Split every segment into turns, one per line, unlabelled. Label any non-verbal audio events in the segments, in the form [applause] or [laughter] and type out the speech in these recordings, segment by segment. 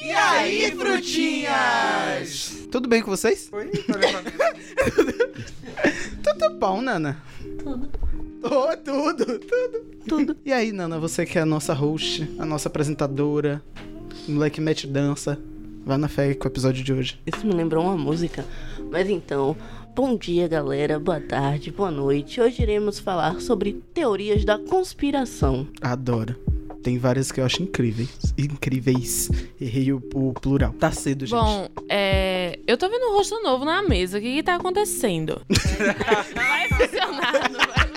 E aí, frutinhas? Tudo bem com vocês?
Oi, tá levantando.
[laughs] Tudo bom, Nana?
Tudo.
Oh, tudo, tudo.
Tudo.
E aí, Nana, você que é a nossa host, a nossa apresentadora, moleque mete dança. Vai na fé com o episódio de hoje.
Isso me lembrou uma música. Mas então, bom dia, galera. Boa tarde, boa noite. Hoje iremos falar sobre teorias da conspiração.
Adoro. Tem várias que eu acho incríveis. Incríveis. Errei o, o plural. Tá cedo, gente.
Bom, é, eu tô vendo um rosto novo na mesa. O que que tá
[laughs]
acontecendo? Vai funcionar. não vai?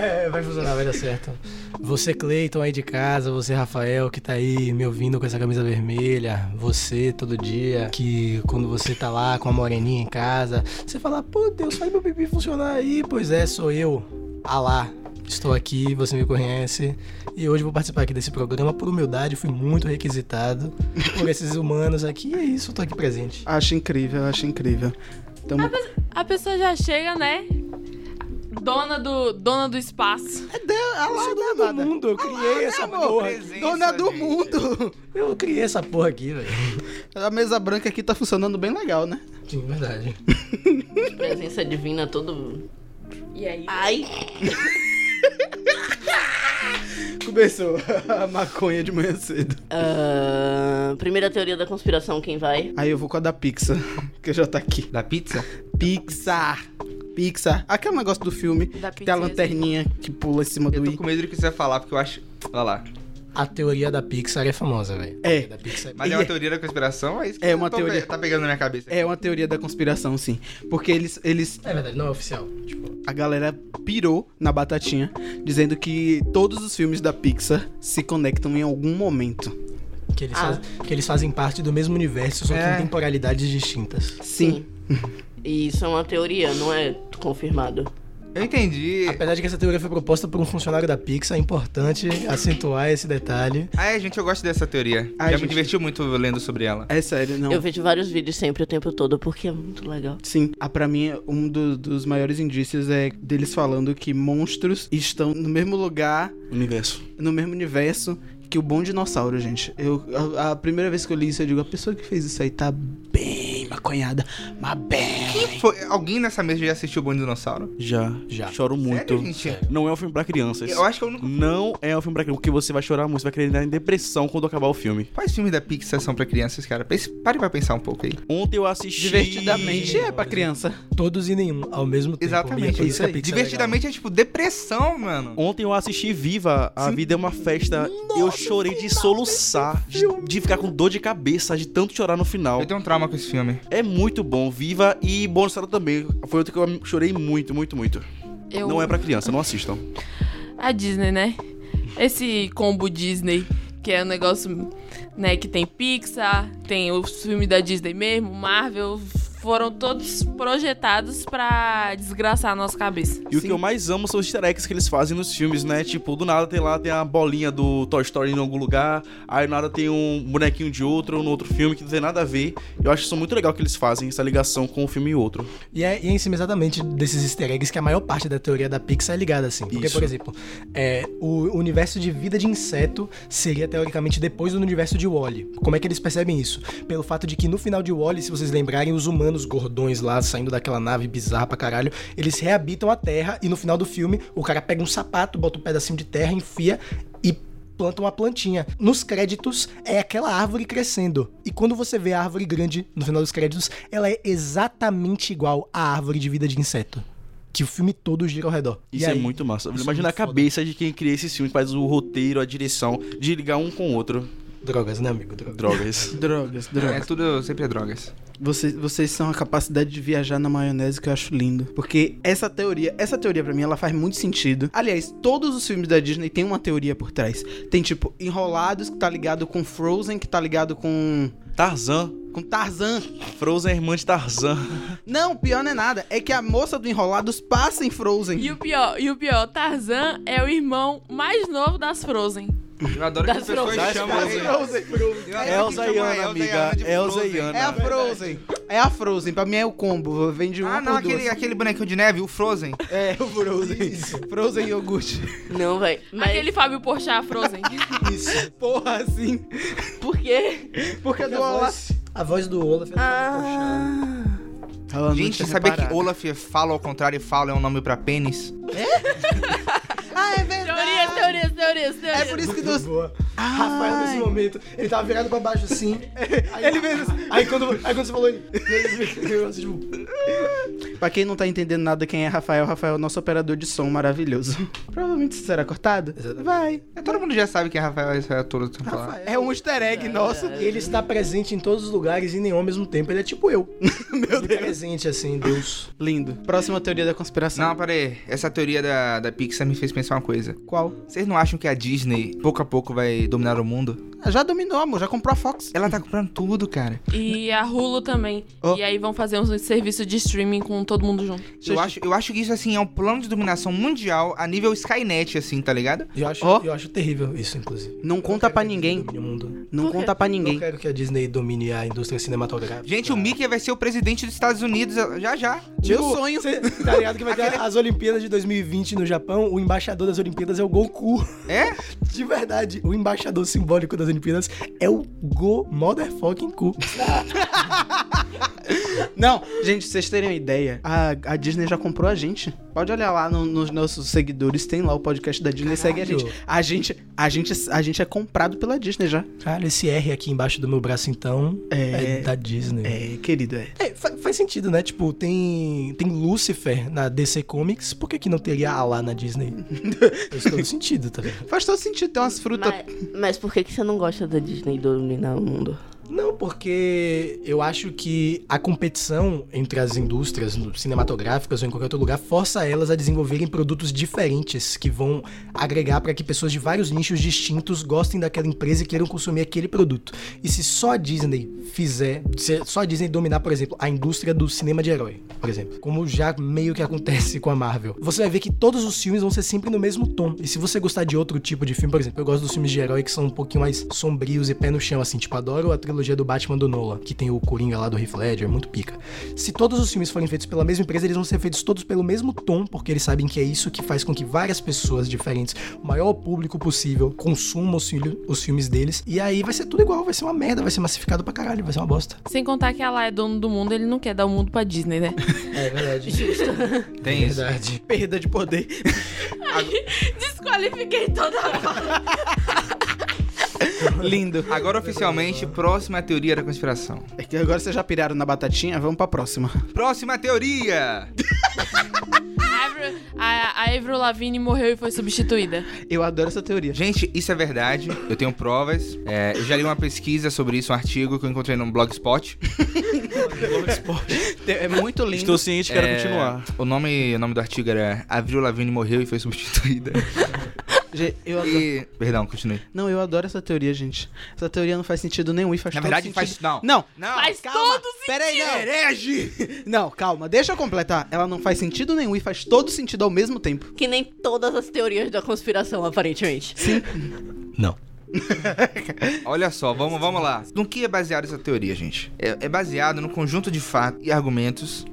É, vai funcionar, vai dar certo. Você, Cleiton, aí de casa, você, Rafael, que tá aí me ouvindo com essa camisa vermelha, você, todo dia, que quando você tá lá com a moreninha em casa, você fala, pô, Deus, faz meu pipi funcionar aí. Pois é, sou eu, Alá. Estou aqui, você me conhece, e hoje vou participar aqui desse programa por humildade, fui muito requisitado por esses humanos aqui, e é isso, tô aqui presente.
Acho incrível, acho incrível. Tamo...
Ah,
A pessoa já chega, né? Dona do, dona do espaço.
é
Alá,
Sou dona do mundo, eu criei essa
amor,
porra.
presente.
Dona do
Gente.
mundo!
Eu criei essa porra aqui, velho.
A mesa branca aqui tá funcionando bem legal, né?
Sim, verdade.
Presença divina, todo.
E aí?
Ai!
Começou [laughs] a maconha de manhã cedo.
Ah, primeira teoria da conspiração, quem vai?
Aí eu vou com a da Pixar, [laughs] que já tá aqui.
Da pizza?
Pixar! Pixar. Aquele negócio do filme
Da
que tem a lanterninha que pula em cima
Eu
do
tô
i.
com medo do que você vai falar, porque eu acho. Olha lá.
A teoria da Pixar é famosa, velho.
É.
A da Pixar
Mas é uma teoria da conspiração? É isso que
É
eu
uma
tô
teoria.
pe- Tá pegando na minha cabeça.
É uma teoria da conspiração, sim. Porque eles, eles.
É verdade, não é oficial. Tipo,
A galera pirou na batatinha, dizendo que todos os filmes da Pixar se conectam em algum momento.
que eles,
Ah.
faz- que eles fazem parte do mesmo universo, só que
É.
em temporalidades distintas.
Sim.
E isso é uma teoria, não é confirmado.
Eu entendi.
Apesar de que essa teoria foi proposta por um funcionário da Pixar, é importante acentuar esse detalhe.
Ah, é, gente, eu gosto dessa teoria.
Ai,
Já
gente.
me divertiu muito lendo sobre ela.
É sério, não.
Eu vejo vários vídeos sempre o tempo todo porque é muito legal.
Sim, ah, pra mim, um do- dos maiores indícios é deles falando que monstros estão no mesmo lugar,
Universo.
no mesmo universo que o bom dinossauro, gente. Eu, a, a primeira vez que eu li isso, eu digo, a pessoa que fez isso aí tá bem maconhada, mas bem.
Foi- alguém nessa mesa já assistiu o Bom Dinossauro?
Já.
Já.
Choro muito.
Sério, gente?
Não é um filme pra crianças.
Eu acho que eu nunca.
Não é um filme pra crianças. Porque você vai chorar muito, você vai querer entrar em depressão quando acabar o filme.
Quais filmes da Pixar são pra crianças, cara? Pense- Pare pra pensar um pouco aí.
Ontem eu assisti.
Divertidamente é pra criança.
Todos e nenhum, ao mesmo tempo.
Exatamente,
E é por
é
isso
isso
que a
aí.
Pixar é
Divertidamente é, tipo depressão, mano.
Ontem eu assisti Viva, a vida é uma festa. eu chorei de soluçar, de, de ficar com dor de cabeça, de tanto chorar no final.
Eu tenho um trauma com esse filme.
É muito bom, Viva e Bolsonaro também. Foi outro que eu chorei muito, muito, muito.
Eu...
Não é pra criança, não assistam.
A Disney, né? Esse combo Disney, que é um negócio, né, que tem Pixar, tem os filmes da Disney mesmo, Marvel, foram todos projetados pra desgraçar a nossa cabeça.
E o que eu mais amo são os easter eggs que eles fazem nos filmes, né? Tipo, do nada tem lá, tem a bolinha do Toy Story em algum lugar, aí do nada tem um bonequinho de outro, no outro filme, que não tem nada a ver. Eu acho isso muito legal que eles fazem, essa ligação com um filme e outro.
E é, e é em cima exatamente desses easter eggs que a maior parte da teoria da Pixar é ligada, assim. Porque,
Isso.
por exemplo, é, o universo de vida de inseto seria teoricamente depois do universo de Wally. Como é que eles percebem isso? Pelo fato de que no final de Wally, se vocês lembrarem, os humanos gordões lá saindo daquela nave bizarra pra caralho, eles reabitam a Terra e no final do filme o cara pega um sapato, bota um pedacinho de terra, enfia e planta uma plantinha. Nos créditos é aquela árvore crescendo. E quando você vê a árvore grande no final dos créditos, ela é exatamente igual à árvore de vida de inseto. Que o filme todo gira ao redor. E
Isso é
aí?
muito massa.
Isso é
Imagina a
muito foda.
cabeça de quem cria esses filmes, faz o roteiro, a direção, de ligar um com o outro.
Drogas, né, amigo? Drogas.
[laughs] Drogas.
Drogas,
É
drogas.
tudo sempre é drogas.
Vocês, vocês são a capacidade de viajar na maionese que eu acho lindo. Porque essa teoria, essa teoria pra mim, ela faz muito sentido. Aliás, todos os filmes da Disney tem uma teoria por trás. Tem tipo Enrolados, que tá ligado com Frozen, que tá ligado com.
Tarzan.
com Tarzan.
Frozen é irmã de Tarzan.
Não, pior não é nada. É que a moça do Enrolados passa em Frozen.
E o pior, e o pior, Tarzan é o irmão mais novo das Frozen.
Eu adoro que as pessoas
Das
chamam.
Frozen.
Eu adoro que
Elza e
chamam a
Ana,
Elza e
amiga.
Ana de
Elza
Frozen.
e
É a
Ana.
Frozen. É a Frozen. Pra mim é o combo. Vende uma
Ah, não,
por duas.
aquele, aquele bonequinho de neve, o Frozen.
É, o Frozen. Frozen iogurte.
Não, vai. Mas
Aquele Fábio Porchat Frozen.
Isso.
Porra, assim.
Por quê?
Porque do
a,
Olaf.
voz, a voz do Olaf. é
Ah,
Ela não
Gente,
tinha
sabia que
reparado.
Olaf é fala ao contrário e fala é um nome pra pênis?
Ah, é verdade.
[laughs] Teorias, teorias, teorias, teorias.
É por isso que Deus.
Boa. Rafael, nesse momento, ele tava virado pra baixo assim. Aí,
[laughs] Ele fez assim.
Aí quando, aí quando você falou, ele. [laughs] ele- assim, tipo,
Pra quem não tá entendendo nada quem é Rafael, Rafael é o nosso operador de som maravilhoso. [laughs] Provavelmente isso será cortado. Vai.
É, todo mundo já sabe quem é Rafael Israel todo estão falando.
É um easter egg nosso.
ele está presente em todos os lugares e nem ao mesmo tempo. Ele é tipo eu. Meu Deus. presente assim, Deus.
Lindo. Próxima teoria da conspiração.
Não, pera aí. Essa teoria da, da Pixar me fez pensar uma coisa.
Qual?
Vocês não acham que a Disney, pouco a pouco, vai dominar o mundo?
Ah, Já dominou, amor. Já comprou a Fox.
Ela tá comprando tudo, cara.
E a Hulu também.
Oh.
E aí vão fazer um serviço de streaming com todo mundo junto.
Deixa
Eu acho, eu acho que isso, assim, é um plano de dominação mundial a nível Skynet, assim, tá ligado?
Eu acho,
Ó.
eu acho terrível isso, inclusive.
Não conta pra ninguém.
Domine o mundo.
Não
Por quê?
conta pra
Não
ninguém.
quero que a Disney domine a indústria cinematográfica.
Gente, o
Tá.
Mickey vai ser o presidente dos Estados Unidos já já.
Meu sonho.
Você [laughs] tá ligado que vai ter as Olimpíadas de 2020 no Japão? O embaixador das Olimpíadas é o Goku.
É?
[laughs] De verdade, o embaixador simbólico das Olimpíadas é o Go Motherfucking Ku.
Não, gente, pra vocês terem uma ideia, a, a Disney já comprou a gente. Pode olhar lá no- nos nossos seguidores, tem lá o podcast da Disney, segue a
Caralho.
gente. A gente, a gente. a gente é comprado pela Disney já.
Cara, esse R aqui embaixo do meu braço, então, é,
É.
da Disney.
É, querido, é.
É, fa- faz sentido, né? Tipo, tem, tem Lucifer na DC Comics, por que, que não teria Alá na [laughs] Disney? Faz todo sentido, tá ligado?
Faz todo sentido ter umas frutas.
mas, mas por que, que você não gosta da Disney dominar o mundo?
Não, porque eu acho que a competição entre as indústrias no- cinematográficas ou em qualquer outro lugar força elas a desenvolverem produtos diferentes que vão agregar para que pessoas de vários nichos distintos gostem daquela empresa e queiram consumir aquele produto. E se só a Disney fizer, se só a Disney dominar, por exemplo, a indústria do cinema de herói, por exemplo, como já meio que acontece com a Marvel, você vai ver que todos os filmes vão ser sempre no mesmo tom. E se você gostar de outro tipo de filme, por exemplo, eu gosto dos filmes de herói que são um pouquinho mais sombrios e pé no chão, assim, tipo, adoro a trilogia do Batman do Nolan, que tem o Coringa lá do Heath Ledger, é muito pica. Se todos os filmes forem feitos pela mesma empresa, eles vão ser feitos todos pelo mesmo tom, porque eles sabem que é isso que faz com que várias pessoas diferentes, o maior público possível, consumam os, filho- os filmes deles. E aí vai ser tudo igual, vai ser uma merda, vai ser massificado pra caralho, vai ser uma bosta.
Sem contar que a lá é dono do mundo, ele não quer dar o mundo pra Disney, né?
É verdade. É
Tem isso.
verdade.
Perda de poder.
[laughs] Desqualifiquei toda a fala.
Lindo.
Agora, oficialmente, próxima teoria da conspiração.
É que agora vocês já piraram na batatinha, vamos pra próxima.
Próxima teoria!
A Avril- A, a Avril Lavigne morreu e foi substituída.
Eu adoro essa teoria.
Gente, isso é verdade. Eu tenho provas. É, eu já li uma pesquisa sobre isso, um artigo que eu encontrei num blogspot.
Te- É muito lindo.
Estou ciente, quero
É,
continuar.
O nome, o nome do artigo era Avril Lavigne morreu e foi substituída.
Ge- Eu adoro-
E... Perdão, continue.
Não, eu adoro essa teoria, gente. Essa teoria não faz sentido nenhum e faz
Na
todo
verdade, faz...
sentido-
Não.
Não,
Não.
Faz
Calma,
todo sentido.
peraí, não. [laughs] Não, calma, deixa eu completar. Ela não faz sentido nenhum e faz todo sentido ao mesmo tempo.
Que nem todas as teorias da conspiração, aparentemente.
Não.
Olha só, vamos, vamos lá. No que é baseado essa teoria, gente? É, é baseado no conjunto de fatos e argumentos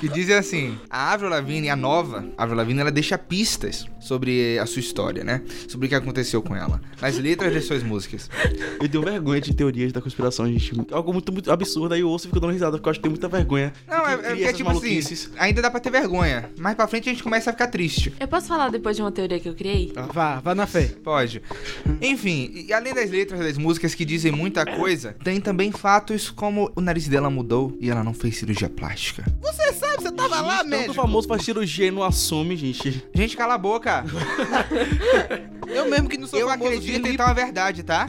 que [laughs] dizem assim: a Avril Lavigne, a nova Avril Lavigne, ela deixa pistas sobre a sua história, né? Sobre o que aconteceu com ela. Nas letras de suas músicas.
Eu tenho vergonha de teorias da conspiração, gente. Algo muito, muito absurdo. Aí eu ouço e fico dando risada, porque eu acho que tem muita vergonha.
Não,
de
é, é
quem cria
porque,
essas
tipo assim,
maluquices.
ainda dá pra ter vergonha. Mais pra frente a gente começa a ficar triste.
Eu posso falar depois de uma teoria que eu criei?
Vá, vá na fé.
Pode. Enfim, e além das letras das músicas que dizem muita coisa, tem também fatos como o nariz dela mudou e ela não fez cirurgia plástica.
Você sabe, você tava lá,
Tanto
médico.
Então, famoso faz cirurgia e não assume, gente.
Gente, cala
[laughs]
a boca.
Eu mesmo que não sou
Eu
famoso,
acredito em
Felipe.
tal verdade, tá?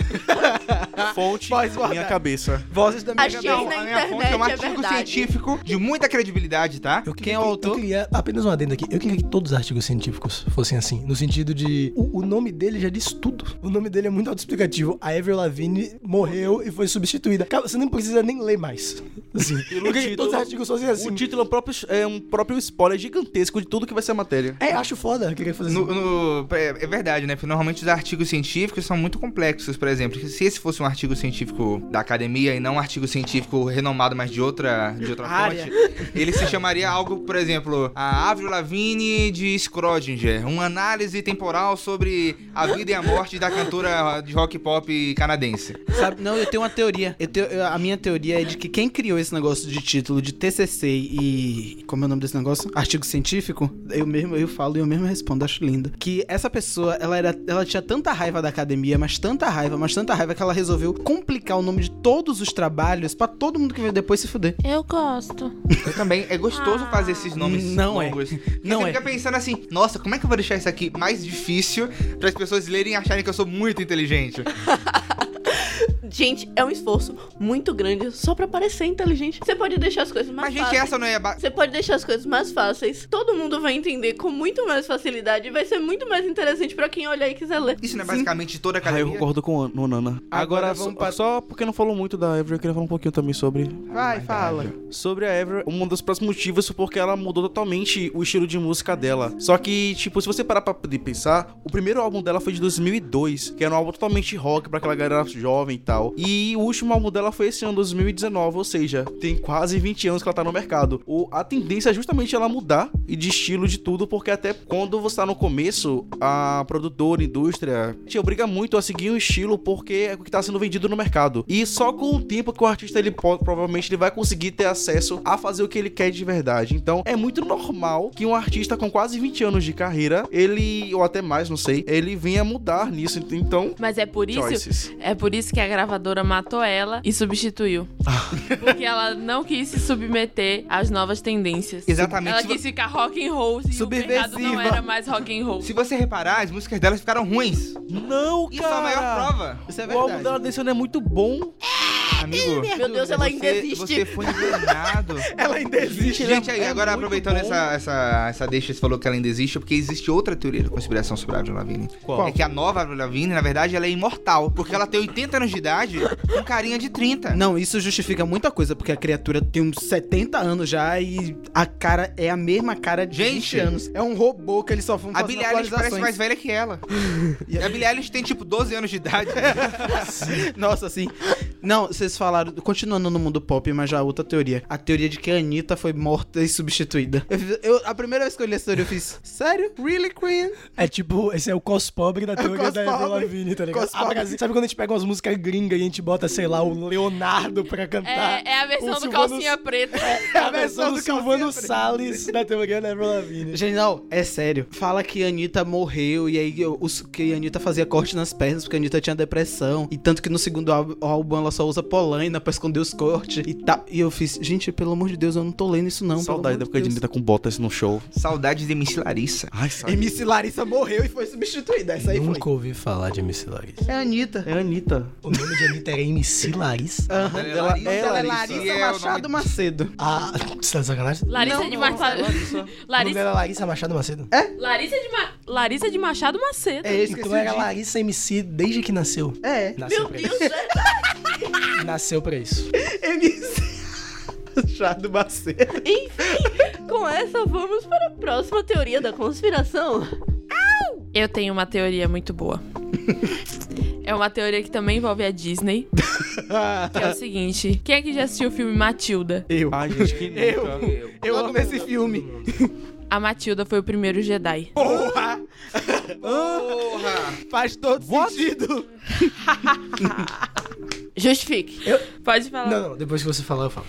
Fonte
Pode guardar.
minha cabeça.
Vozes da minha
Achei
cabeça.
na
a minha fonte é um
internet, é
artigo
verdade.
científico de muita credibilidade, tá?
Eu
Quem é o
que-
autor?
Eu queria, apenas uma adenda aqui. Eu queria que todos os artigos científicos fossem assim. No sentido de. O, o nome dele já diz tudo. O nome dele é muito autoexplicativo. A Avril Lavigne morreu e foi substituída. Cara, você nem precisa nem ler mais. Assim.
Pelo
Eu queria que
título-
todos os artigos fossem assim.
O título é um, próprio, é um próprio spoiler gigantesco de tudo que vai ser a matéria.
É, acho foda. Eu queria fazer
No-
assim.
no- é é verdade, né? Porque normalmente os artigos científicos são muito complexos, por exemplo. Se esse fosse um um artigo científico da academia e não um artigo científico renomado, mas de outra, de outra
Área.
fonte, ele se chamaria algo, por exemplo, a Avril Lavigne de Scrodinger, uma análise temporal sobre a vida e a morte da cantora de rock pop canadense.
Sabe? Não, eu tenho uma teoria. Eu tenho- eu- a minha teoria é de que quem criou esse negócio de título de TCC e. Como é o nome desse negócio? Artigo científico? Eu mesmo eu falo e eu mesmo respondo, acho lindo. Que essa pessoa, ela, era, ela tinha tanta raiva da academia, mas tanta raiva, mas tanta raiva que ela resolveu complicar o nome de todos os trabalhos pra todo mundo que veio depois se fuder.
Eu gosto.
Eu também. É gostoso
Ah.
fazer esses nomes
Não é.
longos.
Não
você
é.
fica pensando assim, nossa, como é que eu vou deixar isso aqui mais difícil para as pessoas lerem e acharem que eu sou muito inteligente?
Gente, é um esforço muito grande só pra parecer inteligente. Você pode deixar as coisas mais
Mas, gente,
fáceis.
essa não é a ba...
Você pode deixar as coisas mais fáceis. Todo mundo vai entender com muito mais facilidade e vai ser muito mais interessante pra quem olhar e quiser ler.
Isso não é basicamente toda a
Ah, eu
academia?
concordo com a Nonana.
Agora
Agora,
vamos
só,
para-
só porque não falou muito da Avril, eu queria falar um pouquinho também sobre
Vai, fala.
Sobre a Ever, um dos próximos motivos foi porque ela mudou totalmente o estilo de música dela. Só que, tipo, se você parar pra poder pensar, o primeiro álbum dela foi de 2002, que era um álbum totalmente rock pra aquela galera jovem e tal. E o último álbum dela foi esse ano, 2019, ou seja, tem quase 20 anos que ela tá no mercado. O, a tendência é justamente ela mudar e de estilo de tudo, porque até quando você tá no começo, a produtora, a indústria, te obriga muito a seguir um estilo porque é o que tá sendo vendido no mercado. E só com o tempo que o artista ele pode, provavelmente ele vai conseguir ter acesso a fazer o que ele quer de verdade. Então é muito normal que um artista com quase 20 anos de carreira, ele, ou até mais, não sei, ele venha mudar nisso. Então,
Mas é por isso
choices.
É por isso que a gravadora matou ela e substituiu. Porque ela não quis se submeter às novas tendências.
Exatamente.
Ela
Se
quis ficar rock and roll e o mercado não
Subversiva. Tá.
era mais rock and roll.
Se você reparar, as músicas delas ficaram ruins.
Não,
Isso é a maior
cara!
prova.
Isso é
O álbum dela
verdade.
desse ano é muito bom.
Amigo,
Meu Deus, ela ainda
você,
existe.
você foi enganado.
Ela ainda existe.
Gente, aí,
é
agora
muito
aproveitando
bom.
essa, essa, essa deixa, você falou que ela ainda existe, porque existe outra teoria da conspiração sobre a Avril Lavigne.
Qual?
É que a nova Avril Lavigne, na verdade, ela é imortal, porque ela tem 80 anos de idade com carinha de 30.
Não, isso justifica muita coisa, porque a criatura tem uns 70 anos já e a cara é a mesma cara de
Gente.
20 anos. É um robô que eles só vão
A
fazer
Billie Eilish parece mais
[laughs] atualizações.
velha que ela. E a Billie Eilish tem, tipo, 12 anos de idade.
Nossa, assim. Não, vocês falaram, continuando no mundo pop, mas já outra teoria. A teoria de que a Anitta foi morta e substituída. Eu fiz- eu- a primeira vez que eu li essa teoria, eu fiz, sério? Really, Queen?
É tipo, esse é o cospobre da teoria da Avril
cospobre.
Lavigne, tá ligado?
Cospobre.
Ah, Brasil- Sabe quando a gente pega umas músicas gringas e a gente bota, sei lá, o Leonardo pra cantar?
É, é a versão
O
do
Silvano-
calcinha preta.
É [laughs] a versão do Silvano Salles da teoria da Avril Lavigne.
Gente, não, é sério. Fala que a Anitta morreu e aí eu- os, que a Anitta fazia corte nas pernas porque a Anitta tinha depressão. E tanto que no segundo ál- álbum ela só usa polaina pra esconder os cortes e tá. E eu fiz, gente, pelo amor de Deus, eu não tô lendo isso não.
Saudade da
pelo
época
amor
de
de
Anitta com botas no show.
Saudades de MC Larissa.
Ai, sabe.
Deus. MC Larissa morreu e foi substituída. Essa aí foi.
ouvi falar de MC Larissa.
É a Anitta.
É a Anitta.
O nome de Anitta era MC Larissa?
Aham.
Ela é
Ela,
Larissa,
ela é
Larissa.
Larissa
E é o nome-
Machado Macedo. [laughs]
Ah, você tá de sacanagem?
Larissa de Machado.
O nome
Larissa,
era Larissa Machado Macedo?
Larissa, de Ma- Larissa de Machado Macedo.
É, eu esqueci
Então era
de-
Larissa MC desde que nasceu.
É.
Nasceu
Meu
pra
Deus,
isso.
é
Nasceu pra isso.
MC É [laughs] Machado Macedo.
Enfim, com essa vamos para a próxima teoria da conspiração.
Eu tenho uma teoria muito boa. [laughs] É uma teoria que também envolve a Disney. Que é o seguinte: quem é que já assistiu o filme Matilda?
Eu.
Ai, gente, [laughs] que
Eu.
nunca.
Eu amo esse filme.
A Matilda foi o primeiro Jedi.
Porra!
Porra!
Faz todo sentido.
Justifique. Pode
Ah.
falar.
Não, não, depois que você falar, eu falo.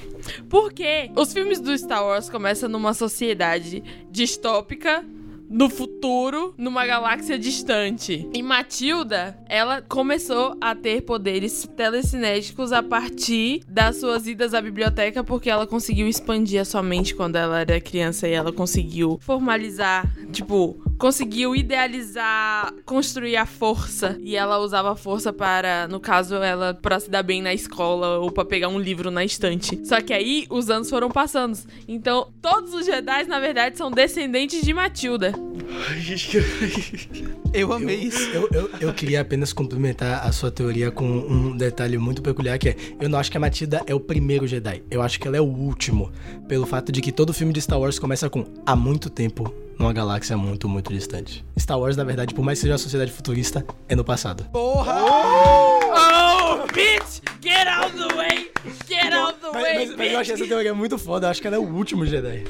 Porque os filmes do Star Wars começam numa sociedade distópica, no futuro, numa galáxia distante. E Matilda, ela começou a ter poderes telecinéticos a partir das suas idas à biblioteca, porque ela conseguiu expandir a sua mente quando ela era criança e ela conseguiu formalizar, tipo, conseguiu idealizar, construir a força. E ela usava a força para, no caso, ela para se dar bem na escola ou para pegar um livro na estante. Só que aí os anos foram passando. Então, todos os Jedi, na verdade, são descendentes de Matilda.
Ai, gente, que...
Eu amei isso.
Eu, eu, eu queria apenas complementar a sua teoria com um detalhe muito peculiar que é: eu não acho que a Matilda é o primeiro Jedi, eu acho que ela é o último, pelo fato de que todo filme de Star Wars começa com há muito tempo numa galáxia muito, muito distante. Star Wars, na verdade, por mais que seja uma sociedade futurista, é no passado.
Porra!
Oh! bitch! Get out the way! Get out the
Mas,
way!
mas- mas eu achei essa teoria muito foda, eu acho que ela é o último Jedi.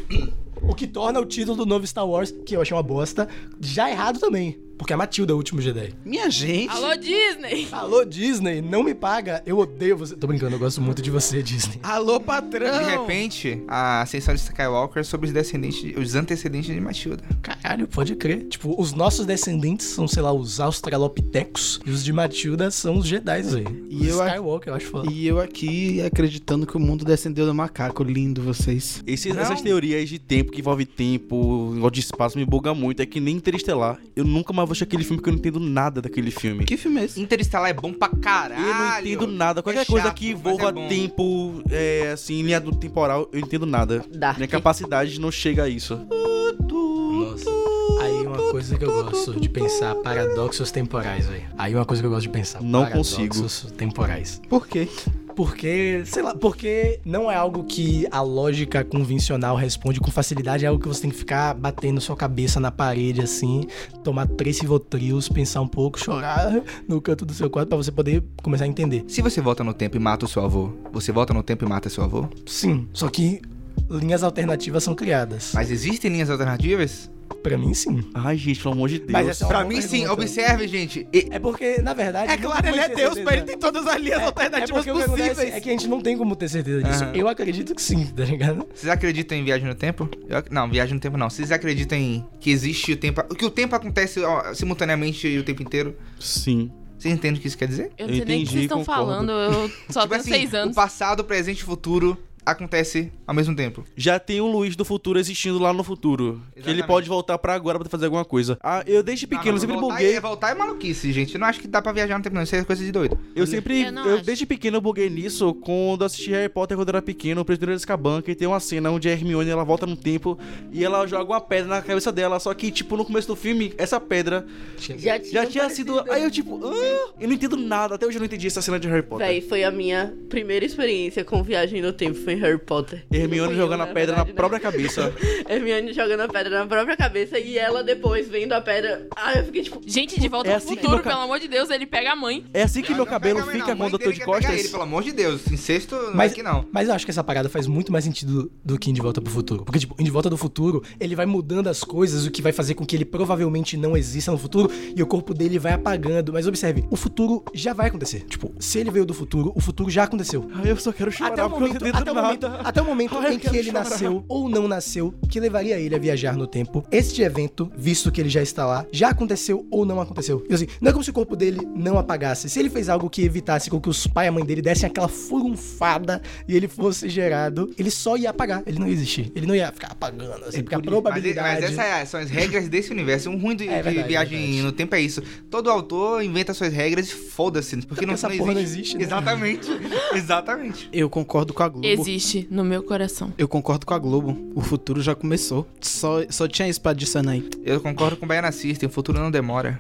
O que torna o título do novo Star Wars, que eu achei uma bosta, já errado também. Porque a Matilda é o último Jedi.
Minha
assim.
gente.
Alô, Disney!
Alô, Disney, não me paga, eu odeio você. Tô brincando, eu gosto muito de você, Disney.
Alô, patrão.
De repente, a ascensão de Skywalker é sobre os descendentes, os antecedentes de Matilda.
Caralho, pode crer. Tipo, os nossos descendentes são, sei lá, os Australopithecus e os de Matilda são os Jedi, velho.
E eu acho-
Skywalker, eu acho foda.
E eu aqui acreditando que o mundo descendeu do macaco. Lindo vocês.
Esse-
Não.
essas teorias de tempo, que envolve tempo, negócio de espaço, me buga muito. É que nem Interestelar. Eu nunca mais vou assistir aquele filme, porque eu não entendo nada daquele filme.
Que filme é esse?
Interestelar é bom pra
Eu
caralho.
não entendo nada. Qualquer
É chato,
coisa que
mas
envolva
é bom.
tempo, é, assim, linha do temporal, eu entendo nada.
Dark.
Minha capacidade não chega a isso.
Nossa. Aí uma coisa que eu gosto de pensar, paradoxos temporais, velho. Aí uma coisa que eu gosto de pensar,
Não
paradoxos temporais.
Por quê?
Porque, sei lá, porque não é algo que a lógica convencional responde com facilidade, é algo que você tem que ficar batendo sua cabeça na parede, assim, tomar três rivotrios, pensar um pouco, chorar no canto do seu quarto pra você poder começar a entender.
Se você volta no tempo e mata o seu avô, você volta no tempo e mata seu avô?
Sim, só que linhas alternativas são criadas.
Mas existem linhas alternativas?
Pra mim, sim.
Ai, gente, pelo amor de Deus.
Mas é só- Uma
Pra mim,
pergunta.
sim. Observe, gente. E-
É porque, na verdade.
É claro, ele é Deus, mas ele tem todas as linhas
É
alternativas
porque o que
possíveis.
acontece é que a gente não tem como ter certeza disso.
Aham.
Eu acredito que sim, tá ligado?
Vocês acreditam em viagem no tempo? Eu ac- não, viagem no tempo não. Vocês acreditam em que existe o tempo... Que o tempo acontece ó, simultaneamente o tempo inteiro?
Sim.
Vocês entendem o que isso quer dizer?
Eu
Eu
não sei nem o que
entendi,
vocês estão
concordo. Tipo assim,
falando, eu só tenho seis
Tipo assim, o
anos.
passado, o presente e o futuro acontece ao mesmo tempo.
Já tem o Luiz do futuro existindo lá no futuro. Que ele
Exatamente.
pode voltar pra agora pra fazer alguma coisa. Ah, eu desde pequeno
não,
sempre
voltar
buguei.
É, voltar é maluquice, gente. Eu não acho que dá pra viajar no tempo, não. Isso é coisa de doido.
Eu sempre.
Eu
Eu
não acho.
desde pequeno eu buguei nisso quando assisti Harry Potter quando eu era pequeno, o Prisioneiro de Azkaban, e tem uma cena onde a Hermione ela volta no tempo e ela joga uma pedra na cabeça dela. Só que, tipo, no começo do filme, essa pedra
Já tinha,
já tinha sido. Aí
né?
eu, tipo, "Ah, eu não entendo nada. Até hoje eu não entendi essa cena de Harry Potter.
Véi, foi a minha primeira experiência com viagem no tempo, foi em Harry Potter. Não
Hermione
fui eu,
jogando a pedra
verdade,
na
né?
própria cabeça.
[laughs] Hermione jogando a pedra na própria cabeça e ela depois vendo a pedra. Ah, eu fiquei tipo.
Gente, de volta
É
pro
assim que
futuro,
meu ca-
pelo amor de Deus, ele pega a mãe.
É assim que
Não,
meu
Ah, não
cabelo
pega a mãe,
fica
não.
quando
Mãe
eu tô
dele
de
quer pegar
costas.
Ele, pelo amor de Deus. Incesto não
Mas-
é que não.
Mas eu acho que essa parada faz muito mais sentido do que em De Volta pro Futuro. Porque, tipo, em De Volta do Futuro, ele vai mudando as coisas, o que vai fazer com que ele provavelmente não exista no futuro, e o corpo dele vai apagando. Mas observe, o futuro já vai acontecer. Tipo, se ele veio do futuro, o futuro já aconteceu.
Ai, eu só quero chorar
Até o
porque eu
momento,
não entendo
até o momento,
nada.
até o momento
Ai, eu
em que
quero
ele
chorar.
nasceu ou não nasceu, que levaria ele a viajar no tempo. Este evento, visto que ele já está lá, já aconteceu ou não aconteceu. Então, assim, não é como se o corpo dele não apagasse. Se ele fez algo que evitasse com que os pai e a mãe dele dessem aquela furunfada e ele fosse gerado, ele só ia apagar. Ele não ia existir. Ele não ia ficar apagando, assim, porque a
Mas, e-
probabilidade...
mas essas é- são as regras desse universo. Um ruim de,
É
de
verdade,
viagem
verdade.
no tempo é isso. Todo autor inventa suas regras e foda-se. Porque não,
essa
não
porra não existe, né?
Exatamente. [laughs] Exatamente.
Eu concordo com a Globo.
Existe no meu coração.
Eu concordo com a Globo. O futuro já começou. Só, só tinha isso pra adicionar aí.
Eu concordo com o Baiana System. O futuro não demora.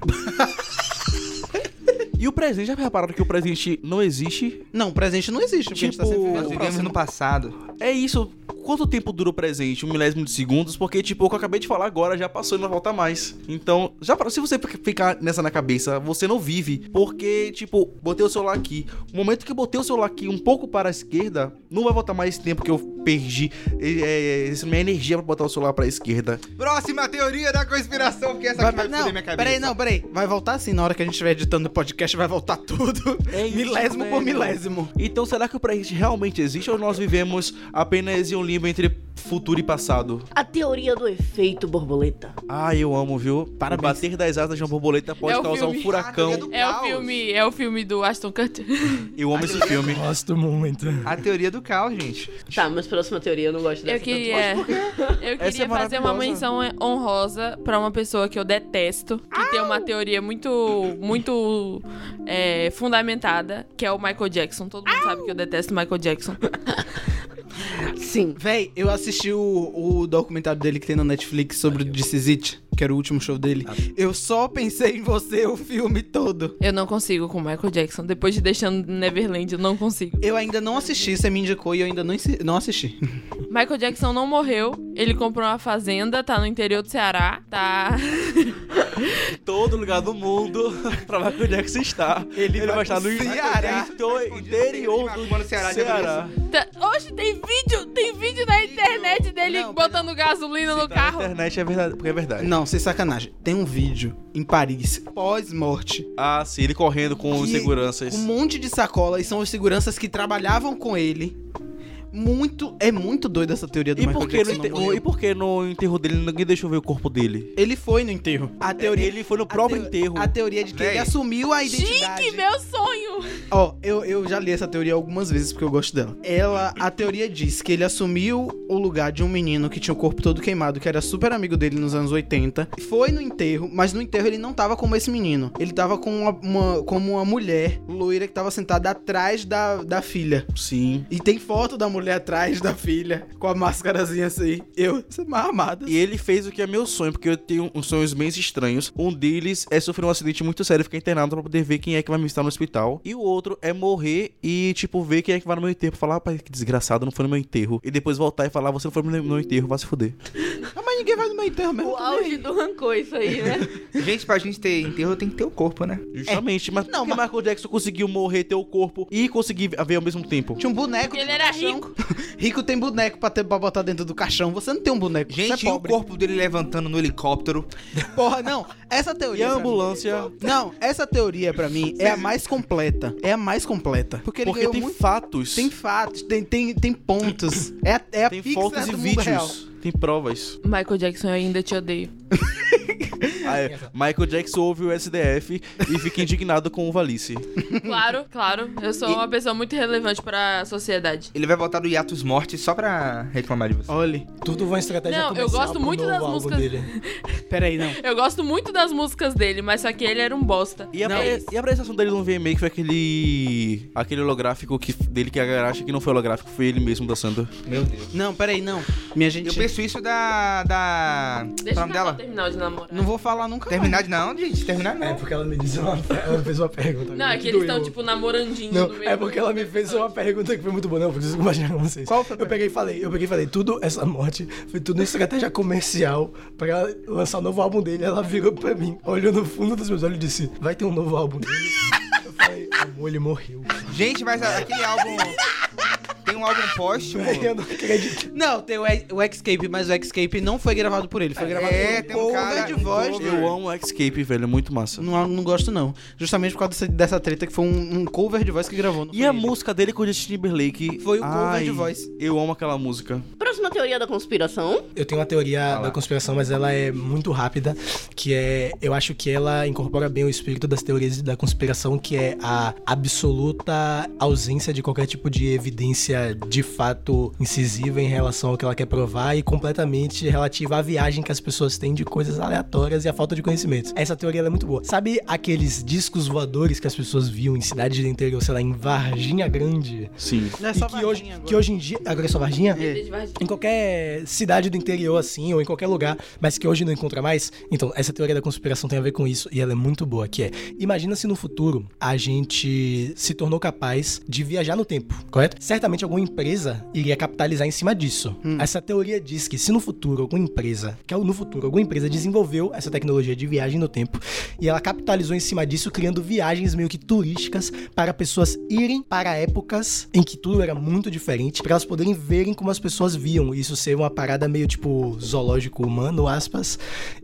E o presente, já repararam que o presente não existe?
Não, o presente não existe, porque a gente tá sempre
Tipo,
Nós
vivendo o
vivemos
próximo.
no passado.
É isso. Quanto tempo dura o presente? Um milésimo de segundos? Porque, tipo, o que eu acabei de falar agora já passou e não volta mais. Então, já parou. Se você fi- ficar nessa na cabeça, você não vive. Porque, tipo, botei o celular aqui. O momento que eu botei o celular aqui um pouco para a esquerda, não vai voltar mais esse tempo que eu perdi. É, é, essa minha energia pra botar o celular pra esquerda.
Próxima teoria da conspiração, porque essa
Vai,
aqui vai
não,
foder minha cabeça.
peraí, não, peraí. Vai voltar sim, na hora que a gente estiver editando o podcast, vai voltar tudo.
É isso,
milésimo por
velho.
milésimo.
Então, será que o presente realmente existe ou nós vivemos apenas em um limbo entre futuro e passado?
A teoria do efeito borboleta.
Ah, eu amo, viu? Para bater das asas de uma borboleta pode
É o
causar um
filme.
furacão.
Ah, tá vendo?
É o
Caos.
filme, é o filme do Aston
[laughs]
Kutcher.
Eu
Ah,
amo
tá
esse filme.
Gosto muito.
A teoria do caos, gente.
Tá, mas próxima teoria eu não gosto dessa.
Eu queria, eu
Essa
queria
é
fazer uma
maravilhosa.
menção honrosa pra uma pessoa que eu detesto, que tem uma teoria muito, muito é, fundamentada, que é o Michael Jackson. Todo mundo sabe que eu detesto o Michael Jackson.
tanto. Sim.
Véi, eu assisti o, o documentário dele que tem na Netflix sobre o This Is It. que era o último show dele. Eu só pensei em você o filme todo.
Eu não consigo com o Michael Jackson. Depois de deixando Neverland, eu não consigo.
Eu ainda não assisti, você me indicou e eu ainda não, insi- não assisti.
Michael Jackson não morreu. Ele comprou uma fazenda, tá no interior do Ceará. Tá.
Em todo lugar do mundo, [laughs] pra ver onde é que você está. Ele, vai, estar no
Ceará.
into- interior
Ele vai
do
no Ceará,
Ceará.
tá- Hoje tem vídeo, tem vídeo na internet dele
Não, pera-
botando gasolina
Se
no
tá na
carro.
internet é verdade, porque é
[laughs]
verdade.
Não, sem sacanagem. Tem um vídeo em Paris, pós-morte,
Ah, sim, ele correndo com os
Que-
seguranças.
com um monte de sacola e são os seguranças que trabalhavam com ele. Muito, é muito doido essa teoria do
E
Michael
por, que no
Jackson.
inte-
não morrer.
e por que no enterro dele ninguém deixou ver o corpo dele?
Ele foi no enterro. A teoria
Ele foi no
a
próprio
teo-
enterro.
A teoria de que
Véi.
ele assumiu a identidade.
Chique, meu sonho!
Ó, eu, eu já li essa teoria algumas vezes porque eu gosto dela. Ela, a teoria diz que ele assumiu o lugar de um menino que tinha o corpo todo queimado, que era super amigo dele nos anos 80. Foi no enterro, mas no enterro ele não tava como esse menino. Ele tava com uma, uma- como uma mulher loira que tava sentada atrás da, da filha.
Sim.
E tem foto da mulher atrás da filha, com a máscarazinha assim. Eu, você é mais amada.
E ele fez o que é meu sonho, porque eu tenho uns sonhos bem estranhos. Um deles é sofrer um acidente muito sério, ficar internado pra poder ver quem é que vai me estar no hospital. E o outro é morrer e, tipo, ver quem é que vai no meu enterro. Falar, rapaz, que desgraçado, não foi no meu enterro. E depois voltar e falar, você não foi no meu- no meu enterro, vai se fuder.
Ah, mas ninguém vai no meu enterro mesmo.
O auge do rancor, isso aí, né?
Gente, pra gente ter enterro tem que ter o corpo, né?
Justamente, mas
É. Não,
não, mas... Michael Jackson conseguiu morrer, ter o corpo e conseguir ver ao mesmo tempo.
Tinha um boneco.
Porque ele
dentro do
era
caixão. [laughs] rico tem boneco pra, ter, pra botar dentro do caixão. Você não tem um boneco.
Gente,
você é
e o
pobre.
corpo dele levantando no helicóptero.
Porra, não. Essa
E
teoria.
a
pra mim-
ambulância,
Não, essa teoria pra mim é a mais completa. É a mais completa. Porque ele
porque
ganhou
tem
muito.
fatos,
Tem fatos, tem, tem, tem pontos. É a, é a
tem
Pixar
fotos e
do mundo real.
vídeos,
[laughs]
tem provas.
Michael Jackson, eu ainda te odeio.
Ah, é. Michael Jackson ouve o SDF e fica indignado com o Valice.
[laughs] Claro, claro. Eu sou uma pessoa muito relevante pra sociedade.
Ele vai voltar do hiatus morte só pra reclamar de você.
Olhe,
Tudo uma estratégia
Não, eu
comercial
gosto
pro
muito
novo
das
álbum
músicas.
dele.
peraí, não.
Eu gosto muito das músicas dele, mas só que ele era um bosta.
E a,
Não,
apre- e é a apresentação dele no VMA que foi aquele. aquele holográfico que, dele que a galera acha que não foi holográfico, foi ele mesmo dançando.
Meu Deus.
Não, peraí, não. Minha gente.
Eu penso isso da. da.
Deixa
Deixa
eu
nome dela?
terminar de namorar.
Não vou falar nunca. mais.
Terminar de não, gente. Terminar
É
não.
porque ela me disse uma, [laughs] ela me fez uma pergunta.
Não, é
muito
que eles estão,
doeu.
tipo, namorandinho
Não,
no meio.
é porque ela me fez uma pergunta que foi muito boa, não, eu preciso compartilhar com vocês.
Qual foi a
Eu peguei e falei, eu peguei e falei, tudo, essa morte, foi tudo uma estratégia comercial pra lançar o novo álbum dele. Ela virou pra mim, olhou no fundo dos meus olhos e disse, vai ter um novo álbum dele. eu falei, amor, ele morreu.
Gente, mas a- aquele álbum. Tem um álbum [laughs] póstumo.
Eu não acredito.
Não, tem o, o Xscape, mas o Xscape não foi gravado por ele. Foi gravado
É,
por
tem um cara.
de
um
voz.
cover.
Eu amo o Xscape, velho, é muito massa.
Não, não gosto, não. Justamente por causa dessa, dessa treta que foi um, um cover de voz que gravou. não
E
foi
a
ele.
música dele com o Justin Timberlake?
Foi o cover
Ai,
de voz.
Eu amo aquela música.
[laughs] Próxima teoria da conspiração.
Eu tenho uma teoria da conspiração, mas ela é muito rápida, que é, eu acho que ela incorpora bem o espírito das teorias da conspiração, que é a absoluta ausência de qualquer tipo de evidência de fato incisiva em relação ao que ela quer provar e completamente relativa à viagem que as pessoas têm de coisas aleatórias e à falta de conhecimento. Essa teoria ela é muito boa. Sabe aqueles discos voadores que as pessoas viam em cidades do interior, sei lá, em Varginha Grande?
Sim.
Não é
E
só
que hoje,
Varginha agora.
que hoje em dia. Agora é só Varginha?
É.
Ele de Varginha.
em qualquer cidade do interior, assim, ou em qualquer lugar, mas que hoje não encontra mais. Então, essa teoria da conspiração tem a ver com isso, e ela é muito boa, que é, imagina se no futuro a gente se tornou capaz de viajar no tempo, correto? Certamente alguma empresa iria capitalizar em cima disso. Essa teoria diz que se no futuro alguma empresa, que é no futuro alguma empresa desenvolveu essa tecnologia de viagem no tempo, e ela capitalizou em cima disso, criando viagens meio que turísticas para pessoas irem para épocas em que tudo era muito diferente, para elas poderem verem como as pessoas viam. Isso ser uma parada meio tipo zoológico humano, aspas.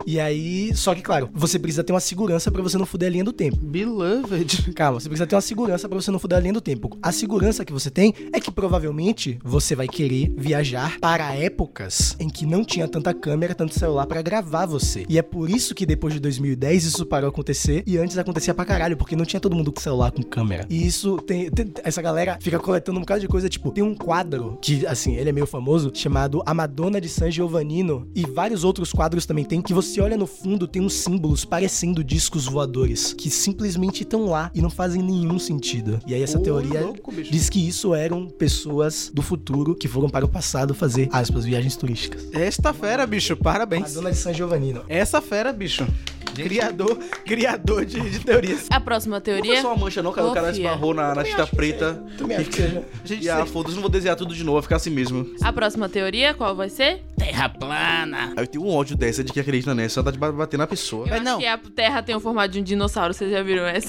E aí, só que claro, você precisa ter uma segurança para você não fuder a linha do tempo.
Beloved.
[laughs] Calma, você precisa ter uma segurança pra você não fuder a linha do tempo. A segurança que você tem é que provavelmente você vai querer viajar para épocas em que não tinha tanta câmera, tanto celular pra gravar você. E é por isso que depois de 2010 isso parou a acontecer e antes acontecia pra caralho, porque não tinha todo mundo com celular com câmera. E isso tem, tem- essa galera fica coletando um bocado de coisa, tipo, tem um quadro que assim, ele é meio famoso, chamado A Madonna de San Giovannino e vários outros quadros também tem que você olha no fundo tem uns símbolos parecendo discos voadores que simplesmente estão lá e não fazem nenhum sentido. E aí essa teoria é
louco, bicho.
diz que isso eram pessoas do futuro que foram para o passado fazer, aspas, viagens turísticas.
Esta fera, bicho,
A
parabéns.
dona de San Giovannino.
Essa fera, bicho.
Gente.
Criador, criador de, de teorias.
A próxima
Não foi
teoria.
só uma mancha, não, cara. O cara
Confia.
esbarrou na, na chita preta.
Também acho que seja.
Gente,
E ah, foda-se, não vou desenhar tudo de novo, vai ficar assim mesmo.
A próxima teoria, qual vai ser?
Aí eu tenho um ódio dessa de que acredita nessa, só dá de ba- bater na pessoa.
Eu
Mas
acho
não.
que a Terra tem o formato de um dinossauro, vocês já viram essa?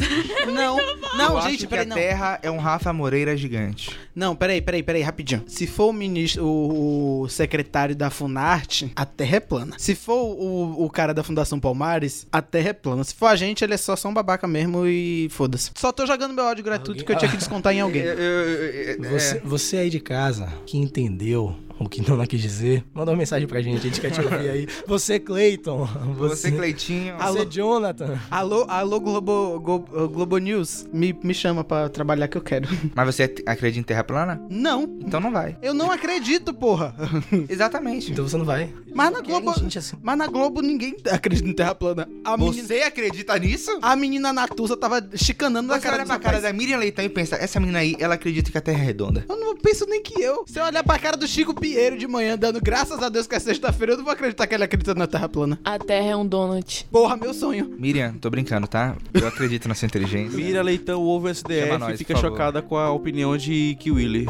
não,
eu
não,
acho
gente,
que a
peraí, não.
Terra é um Rafa Moreira gigante.
Não, peraí, peraí, peraí, rapidinho. Se for o ministro, o, o secretário da Funarte, a terra é plana. Se for o, o cara da Fundação Palmares, a terra é plana. Se for a gente, ele é só, só um babaca mesmo e foda-se. Só tô jogando meu ódio gratuito
Alguém-
que eu tinha que descontar em alguém.
Eu- eu- eu-
Você,
é.
você aí de casa que entendeu o que Nona quis dizer, manda uma mensagem pra gente, a gente quer te ouvir aí. Você, Cleiton.
Você,
Você, você,
Cleitinho.
Alô?
Jonathan.
Alô, alô, Globo, Go- Globo News, me, me chama pra trabalhar que eu quero.
Mas você acredita em Terra plana?
Não,
Então não vai.
eu não acredito, porra.
Exatamente.
Então você não vai.
Mas na
Querem
Globo,
gente assim.
mas na Globo ninguém acredita em terra plana. A menina,
Você acredita nisso?
a menina Natuza tava chicanando na
Você
cara
olha
do
pra cara da Miriam Leitão e pensa, essa menina aí, ela acredita que a Terra é redonda.
Eu não penso nem que eu. Se eu olhar pra cara do Chico Pinheiro de manhã, dando graças a Deus que é sexta-feira, eu não vou acreditar que ele acredita na Terra plana.
A Terra é um donut.
Porra, meu sonho.
Miriam, tô brincando, tá? Eu acredito na sua inteligência.
Mira Leitão ouve o SDF
Chama nós,
e fica
por favor.
chocada com a opinião de Kiwili.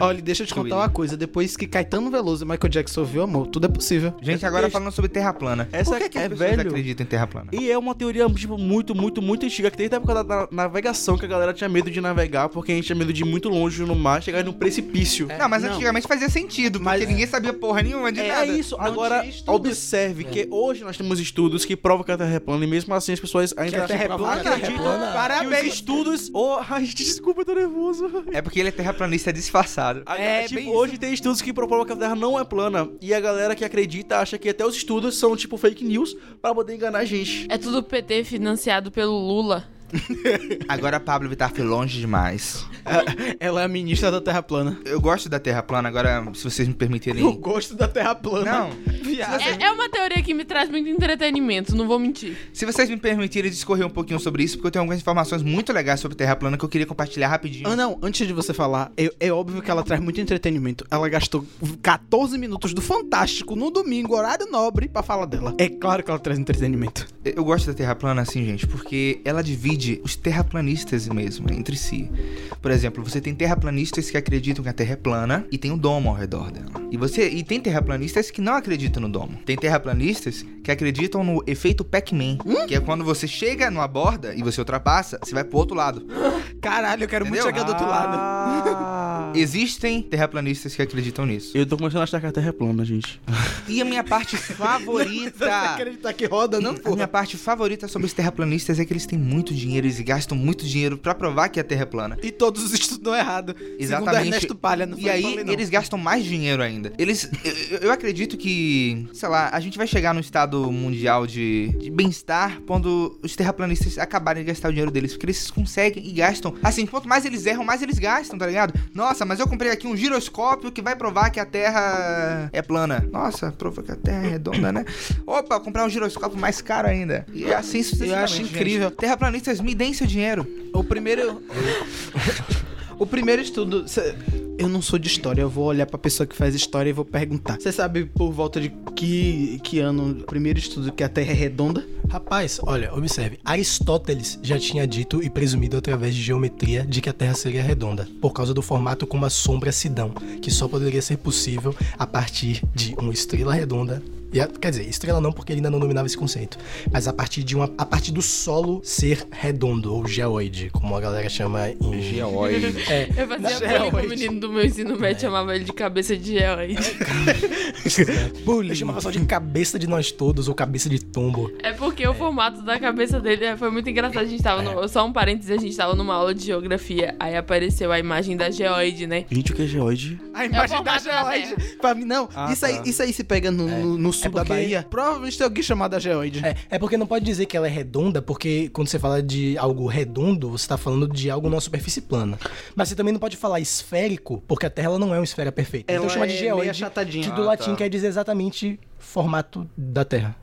Olha, deixa eu te contar uma coisa. Depois que Caetano Veloso e Michael Jackson viu, amor, tudo é possível. [laughs]
Gente, agora falando sobre Terra plana.
Essa
Por que, que as
é
pessoas
velho.
acreditam em Terra plana?
E é uma teoria, tipo, muito, muito, muito antiga, que desde a época da, da navegação, que a galera tinha medo de navegar, porque a gente tinha medo de ir muito longe no mar, chegar num precipício.
Não, mas
Não.
antigamente fazia sentido, porque
Mas-
ninguém sabia porra nenhuma de
É,
nada.
isso, agora
tinha estudos. É.
observe que hoje nós temos estudos que provam que a Terra é plana e mesmo assim as pessoas ainda
a Terra é plana?
acreditam
plana?
que os
Parabéns.
estudos... Oh, [laughs] ai, desculpa, eu tô nervoso.
É porque ele é terraplanista disfarçado.
A-
É,
tipo,
bem
hoje tem estudos que provam que a Terra não é plana. E a galera que acredita acha que até os estudos são tipo fake news pra poder enganar a gente.
É tudo PT financiado pelo Lula.
Agora a Pablo Vittar foi longe demais.
Ela é a ministra da Terra plana.
Eu gosto da Terra plana, agora, se vocês me permitirem.
Eu gosto da Terra plana.
Não,
viado.
Assim.
É, é uma teoria que me traz muito entretenimento, não vou mentir.
se vocês me permitirem discorrer um pouquinho sobre isso, porque eu tenho algumas informações muito legais sobre Terra plana que eu queria compartilhar rapidinho.
Ah, não, antes de você falar, é, é óbvio que ela traz muito entretenimento. Ela gastou 14 minutos do Fantástico no domingo, horário nobre, pra falar dela. É claro que ela traz entretenimento.
Eu gosto da Terra plana assim, gente, porque ela divide os terraplanistas mesmo né, entre si. Por exemplo, você tem terraplanistas que acreditam que a Terra é plana e tem um domo ao redor dela. E você e tem terraplanistas que não acreditam no domo. Tem terraplanistas que acreditam no efeito Pac-Man, que é quando você chega numa borda e você ultrapassa, você vai pro outro lado.
Caralho, eu quero muito
Entendeu?
chegar do outro lado.
Existem terraplanistas que acreditam nisso.
Eu tô começando a achar que a Terra é plana, gente.
E a minha
[laughs]
parte favorita
acreditar que roda, não,
A minha parte favorita sobre os terraplanistas é que eles têm muito dinheiro, eles gastam muito dinheiro pra provar que a Terra é plana.
E todos os estudam errado. Segundo
Exatamente.
Ernesto Palha, não
E
foi eu que
aí,
falei, não.
eles gastam mais dinheiro ainda. Eles. Eu, eu acredito que, sei lá, a gente vai chegar num estado mundial de, de bem-estar quando os terraplanistas acabarem de gastar o dinheiro deles. Porque eles conseguem e gastam. Assim, quanto mais eles erram, mais eles gastam, tá ligado? Nossa, mas eu comprei aqui um giroscópio que vai provar que a Terra é plana. Nossa, prova que a Terra é redonda, né? Opa, comprar um giroscópio mais caro ainda. E é assim sucessivamente.
acho incrível.
Gente. Terraplanistas, me deem seu dinheiro.
O primeiro. [laughs] o primeiro estudo. cê- Eu não sou de história, eu vou olhar pra pessoa que faz história e vou perguntar. Você sabe por volta de que, que ano o primeiro estudo que a Terra é redonda? [laughs]
Rapaz, olha, observe. Aristóteles já tinha dito e presumido através de geometria de que a Terra seria redonda, por causa do formato como a sombra se dão, que só poderia ser possível a partir de uma estrela redonda. E a- quer dizer, estrela não, porque ele ainda não dominava esse conceito. Mas a partir de uma. A partir do solo ser redondo, ou geoide, como a galera chama em.
Geóide.
É,
Eu fazia
Geoide.
bullying com o menino do meu ensino
É.
médio, chamava ele de cabeça de
[laughs]
geoide.
eu chamava só de cabeça de nós todos, ou cabeça de tombo.
É porque o formato da cabeça dele é, foi muito engraçado. A gente tava
É.
no, só um parênteses, a gente tava numa aula de geografia, aí apareceu a imagem da geoide, né? É
Gente, o que é geoide?
A
imagem da geoide.
Pra mim, não.
Ah,
isso, aí,
tá.
isso aí se pega no, no- no sul
É
da
porque-
Bahia. Provavelmente tem alguém chamado a geoide.
É, é porque não pode dizer que ela é redonda, porque quando você fala de algo redondo, você tá falando de algo numa superfície plana. Mas você também não pode falar esférico, porque a Terra ela não é uma esfera perfeita.
Ela
então chama de
é meio
geoide,
achatadinha.
que do
Ah,
latim
tá.
quer dizer exatamente formato da Terra.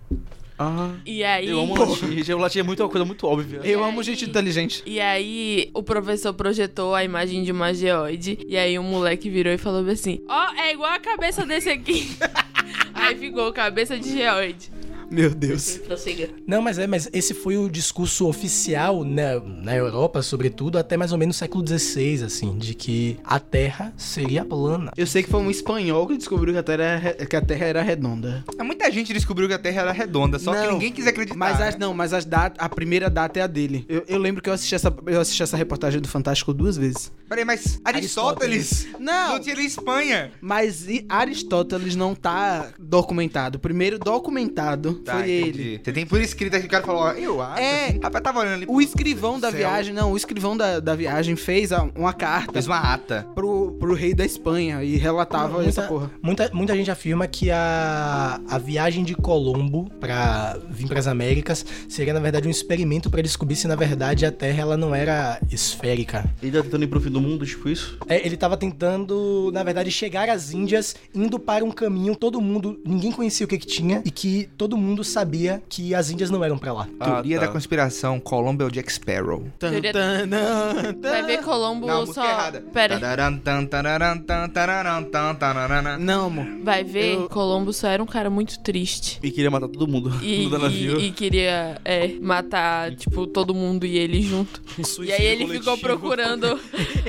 Ah,
E aí.
eu amo latim, gente. O latim é muito, uma coisa muito óbvia.
Eu
E
amo
aí?
gente inteligente.
E aí o professor projetou a imagem de uma geoide. E aí um moleque virou e falou assim: Ó, é igual a cabeça desse aqui. [laughs] aí ficou cabeça de geoide.
Meu Deus.
Prossiga.
Não, mas é, mas esse foi o discurso oficial na, na Europa, sobretudo, até mais ou menos século XVI, assim, de que a Terra seria plana.
Eu sei que foi um espanhol que descobriu que a Terra era, re- que a terra era redonda.
Muita gente descobriu que a Terra era redonda, só que
Não,
ninguém quis acreditar.
Mas
né?
as, não, mas as dat- a primeira data é a dele. Eu, eu lembro que eu assisti, essa, eu assisti essa reportagem do Fantástico duas vezes.
Peraí, mas Aristóteles
Não,
não tinha ele em Espanha.
mas e- Aristóteles não tá documentado. O primeiro documentado
Tá,
foi ele.
entendi. Você tem por escrito aqui que o cara falou, ó, eu acho.
É.
assim. Rapaz, tava olhando ali.
O escrivão da
Céu.
viagem, não, o escrivão da, da viagem fez a- uma carta
Fez uma ata.
pro, pro rei da Espanha e relatava
Muita-
essa porra.
Muita, muita gente afirma que a, a viagem de Colombo para vir para as Américas seria, na verdade, um experimento para descobrir se, na verdade, a Terra ela não era esférica.
Ele tá tentando ir pro fim do mundo, tipo isso?
É, ele estava tentando, na verdade, chegar às Índias, indo para um caminho todo mundo, ninguém conhecia o que, que tinha e que todo mundo sabia que as Índias não eram para lá.
Ah,
Teoria
tá.
da conspiração, Colombo é o Jack Sparrow.
Tan,
Teoria-
tan, nan, tan.
Vai ver Colombo
Não, a música
só.
é errada.
Pera,
Tararam, tan, tararam, tan, tararam, tan, tararana.
Não,
tá.
amor.
vai ver
Eu-
Colombo só era um cara muito triste.
E queria matar todo [laughs] mundo
E,
no da navio.
e- e queria é, matar, tipo, todo mundo e ele junto. E aí ele ficou
[laughs]
procurando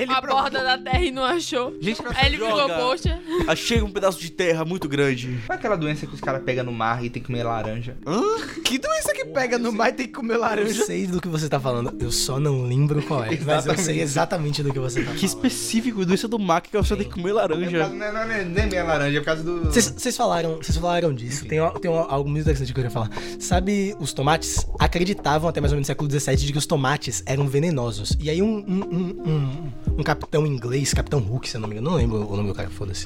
a borda da terra e não achou.
Gente, pra...
Aí ele ficou,
Droga.
poxa.
Achei um pedaço de terra muito grande.
qual é aquela doença que os caras pegam no mar e tem que comer laranja?
Que doença que pega no mar e tem que comer
Eu
laranja?
sei do que você tá falando, eu só não lembro qual é, mas eu sei exatamente do que você tá
Que
falando.
específico, doença do mar que você tem que comer
É por causa-
laranja.
Não, não, não, nem minha laranja, é por causa do...
Vocês vocês falaram, vocês falaram disso. Tem, uma- tem uma- algo muito interessante que eu queria falar. Sabe, os tomates acreditavam até mais ou menos no século XVII de que os tomates eram venenosos. E aí um, um, um, um- um capitão inglês, capitão Hook, se eu não me engano, não lembro o nome do cara, foda-se.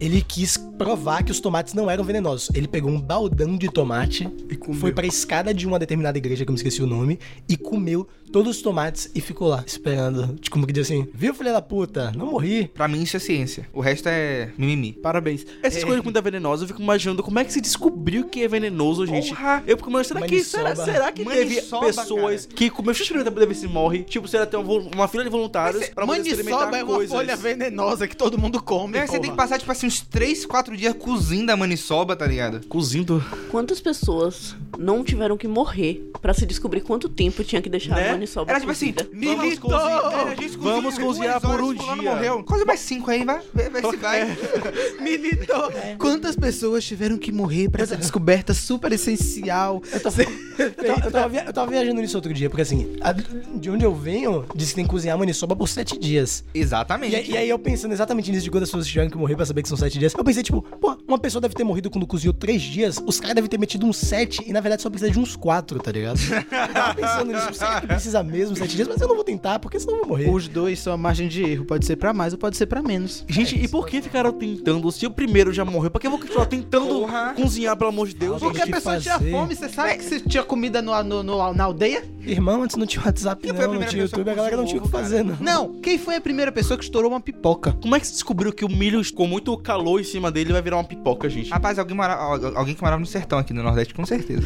Ele quis provar que os tomates não eram venenosos. Ele pegou um baldão de tomate, foi pra escada de uma determinada igreja, que eu me esqueci o nome, e comeu todos os tomates e ficou lá, esperando. Tipo, como que diz assim, viu, filha da puta, não morri.
Pra mim isso é ciência. O resto é mimimi.
Parabéns.
Essas coisas muito venenosas, eu fico imaginando como é que se descobriu que é venenoso, gente.
Porra!
Eu fico imaginando, será que, será,
Maniçoba.
será que teve
Maniçoba,
pessoas que comeu xixi pra ver se morre? Tipo, será que tem uma, vo- uma fila de voluntários pra poder
Maniçoba
experimentar
é uma
coisas?
folha venenosa que todo mundo come.
Né, você tem que
porra.
passar, tipo assim, uns 3, 4 dias cozindo a maniçoba, tá ligado?
Cozindo.
Quantas pessoas não tiveram que morrer pra se descobrir quanto tempo tinha que deixar
Né?
a maniçoba
Era tipo assim,
cozida?
Vamos
Militou!
cozinhar.
A gente
Vamos cozinhar
duas
por um
horas, fulano
dia.
Morreu. Coisa mais 5 aí, vai. Vai, vai se vai.
Militou! Quantas pessoas tiveram que morrer pra essa descoberta super essencial?
Eu tava, [laughs] eu, tava, eu tava via- eu tava viajando nisso outro dia, porque assim, a- de onde eu venho, diz que tem que cozinhar maniçoba por sete dias. E,
[laughs] Exatamente.
aí- e aí eu pensando exatamente nisso, de quando as pessoas tiveram que morrer pra saber que são sete dias, eu pensei, tipo, pô, uma pessoa deve ter morrido quando cozinhou três dias, os caras devem ter metido uns sete, e na verdade só precisa de uns quatro, tá
[laughs]
ligado? Eu tava pensando nisso, será que precisa mesmo sete dias? Mas eu não vou tentar, porque senão eu vou morrer.
Os dois são a margem de erro. Pode ser pra mais ou pode ser pra menos.
É,
Gente, e por que ficaram tentando? Se o primeiro já morreu, pra que eu vou continuar tentando
Porra.
cozinhar, pelo amor de Deus?
Alguém-
Porque a pessoa tinha
fazer.
fome, você sabe que você tinha comida no, no- no- na aldeia?
Irmão, antes não tinha WhatsApp,
Quem foi a
não, não
primeira
tinha
pessoa
YouTube, a
que
galera não tinha
cozinhou
o que
ovo,
fazer, não.
Não, quem foi a primeira pessoa que estourou uma pipoca?
Como é que se descobriu que o milho com muito calor em cima dele vai virar uma pipoca, gente?
Rapaz, alguém, mora... al- alguém que morava no sertão aqui no Nordeste, com certeza.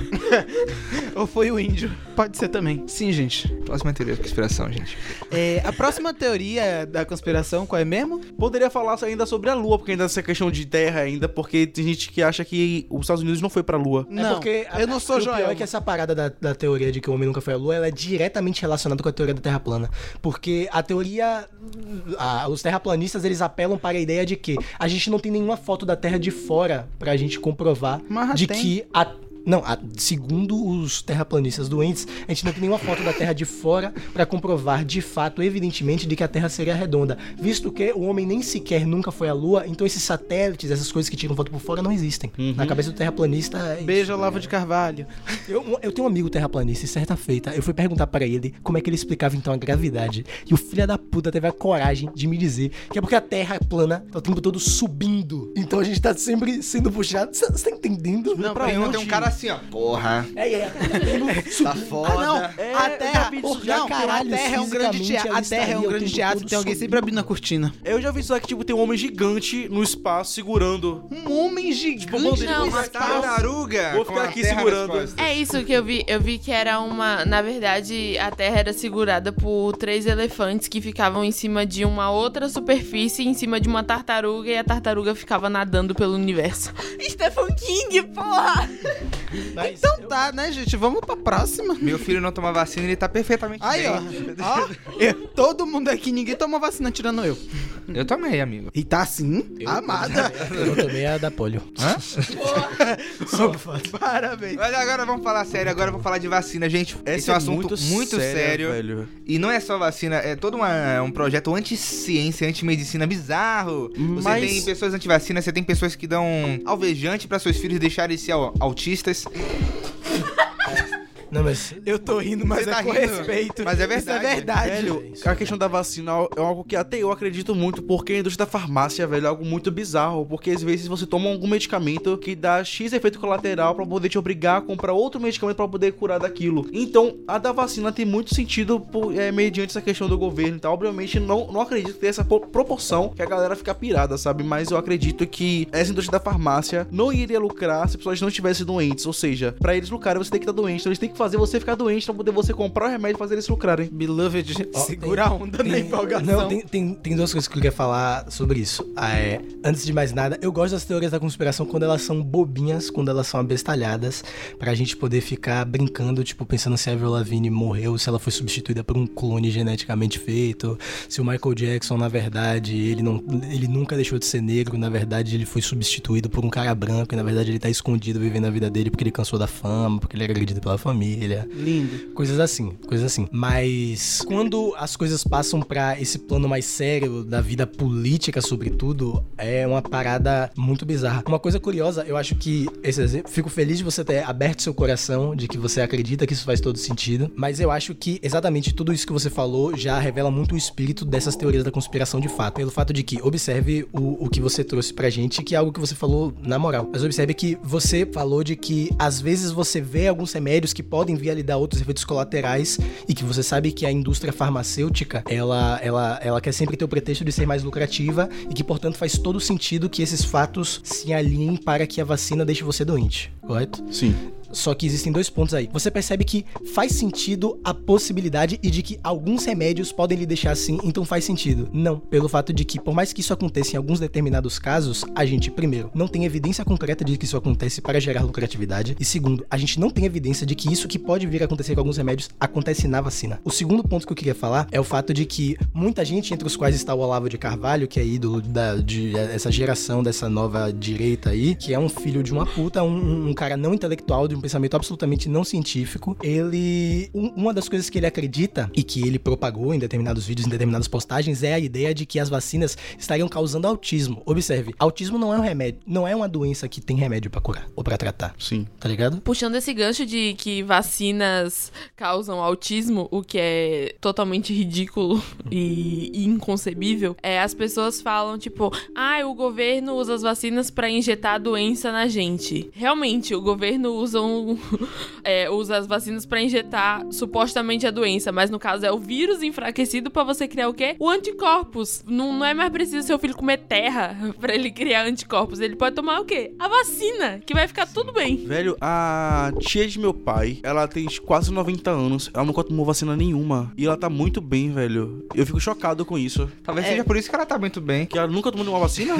Ou foi o índio? Pode ser também. Sim, gente.
Próxima teoria de conspiração, gente.
É, a próxima teoria da conspiração, qual é mesmo?
Poderia falar ainda sobre a lua, porque ainda essa questão de terra ainda, porque tem gente que acha que os Estados Unidos não foi pra lua.
Não, eu não
É e
sou
o pior
Joel.
é que essa parada da, da teoria de que o homem nunca foi à lua, ela é diretamente relacionada com a teoria da Terra plana. Porque a teoria... a- os terraplanistas, eles apelam para a ideia de que a gente não tem nenhuma foto da Terra de fora pra gente comprovar
Mas
de
tem.
que a... Não, a- segundo os terraplanistas doentes, a gente não tem nenhuma foto da Terra de fora pra comprovar de fato, evidentemente, de que a Terra seria redonda. Visto que o homem nem sequer nunca foi à Lua, então esses satélites, essas coisas que tiram foto por fora, não existem. Na
Uhum.
cabeça do terraplanista. é isso.
Beijo, Olavo de Carvalho.
Eu, eu tenho um amigo terraplanista e certa feita eu fui perguntar pra ele como é que ele explicava então a gravidade. E o filho da puta teve a coragem de me dizer que é porque a Terra plana tá o tempo todo subindo. Então a gente tá sempre sendo puxado. Você tá entendendo? É,
Não,
Pra
peraí,
onde? Tem um cara assim, ó. Porra. Tá foda.
Ah, não! a Terra,
capítulo
por,
já,
não,
caralho,
a Terra é um grande
fisicamente
teatro.
ela
A Terra é um
estaria o
grande
tempo
teatro.
todo
Tem alguém sempre abrindo a cortina.
Eu já vi isso lá que, tipo, tem um homem gigante no espaço segurando.
Um homem gigante.
Não,
Uma
mas
tartaruga.
Vou
Tá com
ficar
a
aqui
terra nas
segurando.
costas.
É isso que eu vi. Eu vi que era uma. Na verdade, a terra era segurada por três elefantes que ficavam em cima de uma outra superfície, em cima de uma tartaruga, e a tartaruga ficava nadando pelo universo. [laughs] Stephen King, porra!
Mas
Então tá, né, gente? Vamos pra próxima.
Meu filho não toma vacina, ele tá perfeitamente
Aí,
bem.
ó. ó eu- todo mundo aqui, ninguém toma vacina, tirando eu.
Eu tomei, amigo.
E tá assim, amada.
Eu também a da polio.
Hã?
[laughs]
Só pra falar.
Parabéns.
Mas agora vamos falar sério, agora vamos falar de vacina, gente. Esse, é um assunto muito, sério.
velho.
E não é só vacina, é todo uma- um projeto anti-ciência, anti-medicina bizarro. Você
Mas-
tem pessoas anti-vacina, você tem pessoas que dão alvejante pra seus filhos deixarem de ser au- autistas.
Não, mas.
Eu tô rindo, mas
Você
é
tá
com
rindo?
respeito.
Mas é
Isso é
verdade.
verdade.
Velho, a questão da vacina é algo que até eu acredito muito, porque a indústria da farmácia, velho, é algo muito bizarro. Porque às vezes você toma algum medicamento que dá X efeito colateral pra poder te obrigar a comprar outro medicamento pra poder curar daquilo. Então, a da vacina tem muito sentido por, é, mediante essa questão do governo e tal. Obviamente, não, não acredito que tenha essa po- proporção que a galera fica pirada, sabe? Mas eu acredito que essa indústria da farmácia não iria lucrar se as pessoas não estivessem doentes. Ou seja, pra eles lucrarem, você tem que estar doente. Então, eles têm que fazer você ficar doente pra poder você comprar o remédio e fazer eles lucrarem.
Beloved,
Ó,
segura a onda na empolgação.
Não, tem, tem, tem duas coisas que eu queria falar sobre isso. Ah, é, antes de mais nada, eu gosto das teorias da conspiração quando elas são bobinhas, quando elas são abestalhadas, pra gente poder ficar brincando, tipo, pensando se a Avril Lavigne morreu, se ela foi substituída por um clone geneticamente feito, se o Michael Jackson, na verdade, ele, não, ele nunca deixou de ser negro, na verdade, ele foi substituído por um cara branco, e na verdade ele tá escondido vivendo a vida dele porque ele cansou da fama, porque ele era agredido pela família.
Lindo.
Coisas assim, coisas assim. Mas quando as coisas passam pra esse plano mais sério da vida política, sobretudo, é uma parada muito bizarra. Uma coisa curiosa, eu acho que esse exemplo, fico feliz de você ter aberto seu coração, de que você acredita que isso faz todo sentido, mas eu acho que exatamente tudo isso que você falou já revela muito o espírito dessas teorias da conspiração de fato. Pelo fato de que, observe o, o que você trouxe pra gente, que é algo que você falou na moral. Mas observe que você falou de que às vezes você vê alguns remédios que podem vir a lhe dar outros efeitos colaterais e que você sabe que a indústria farmacêutica, ela, ela, ela quer sempre ter o pretexto de ser mais lucrativa e que, portanto, faz todo sentido que esses fatos se alinhem para que a vacina deixe você doente, correto?
Sim.
Só que existem dois pontos aí. Você percebe que faz sentido a possibilidade e de que alguns remédios podem lhe deixar assim, então faz sentido. Não, pelo fato de que, por mais que isso aconteça em alguns determinados casos, a gente, primeiro, não tem evidência concreta de que isso acontece para gerar lucratividade. E segundo, a gente não tem evidência de que isso que pode vir a acontecer com alguns remédios acontece na vacina. O segundo ponto que eu queria falar é o fato de que muita gente, entre os quais está o Olavo de Carvalho, que é ídolo da, de essa geração dessa nova direita aí, que é um filho de uma puta, um- um, um cara não intelectual, de um pensamento absolutamente não científico. Ele. um- uma das coisas que ele acredita e que ele propagou em determinados vídeos, em determinadas postagens, é a ideia de que as vacinas estariam causando autismo. Observe, autismo não é um remédio, não é uma doença que tem remédio pra curar ou pra tratar,
Sim.
tá ligado?
Puxando esse gancho de que vacinas causam autismo, o que é totalmente ridículo [laughs] e inconcebível, é, as pessoas falam, tipo, ah, o governo usa as vacinas pra injetar doença na gente. Realmente, o governo usa, um- [laughs] é, usa as vacinas pra injetar supostamente a doença, mas no caso é o vírus enfraquecido pra você criar o quê? O anticorpos. Não, não é mais preciso seu filho comer terra [laughs] pra ele criar anticorpos. Ele pode tomar o quê? A vacina, que vai ficar tudo bem.
Velho, a tia de meu pai, ela tem quase 90 anos, ela nunca tomou vacina nenhuma. E ela tá muito bem, velho. Eu fico chocado com isso.
Talvez
É.
seja por isso que ela tá muito bem.
Que ela nunca tomou nenhuma vacina?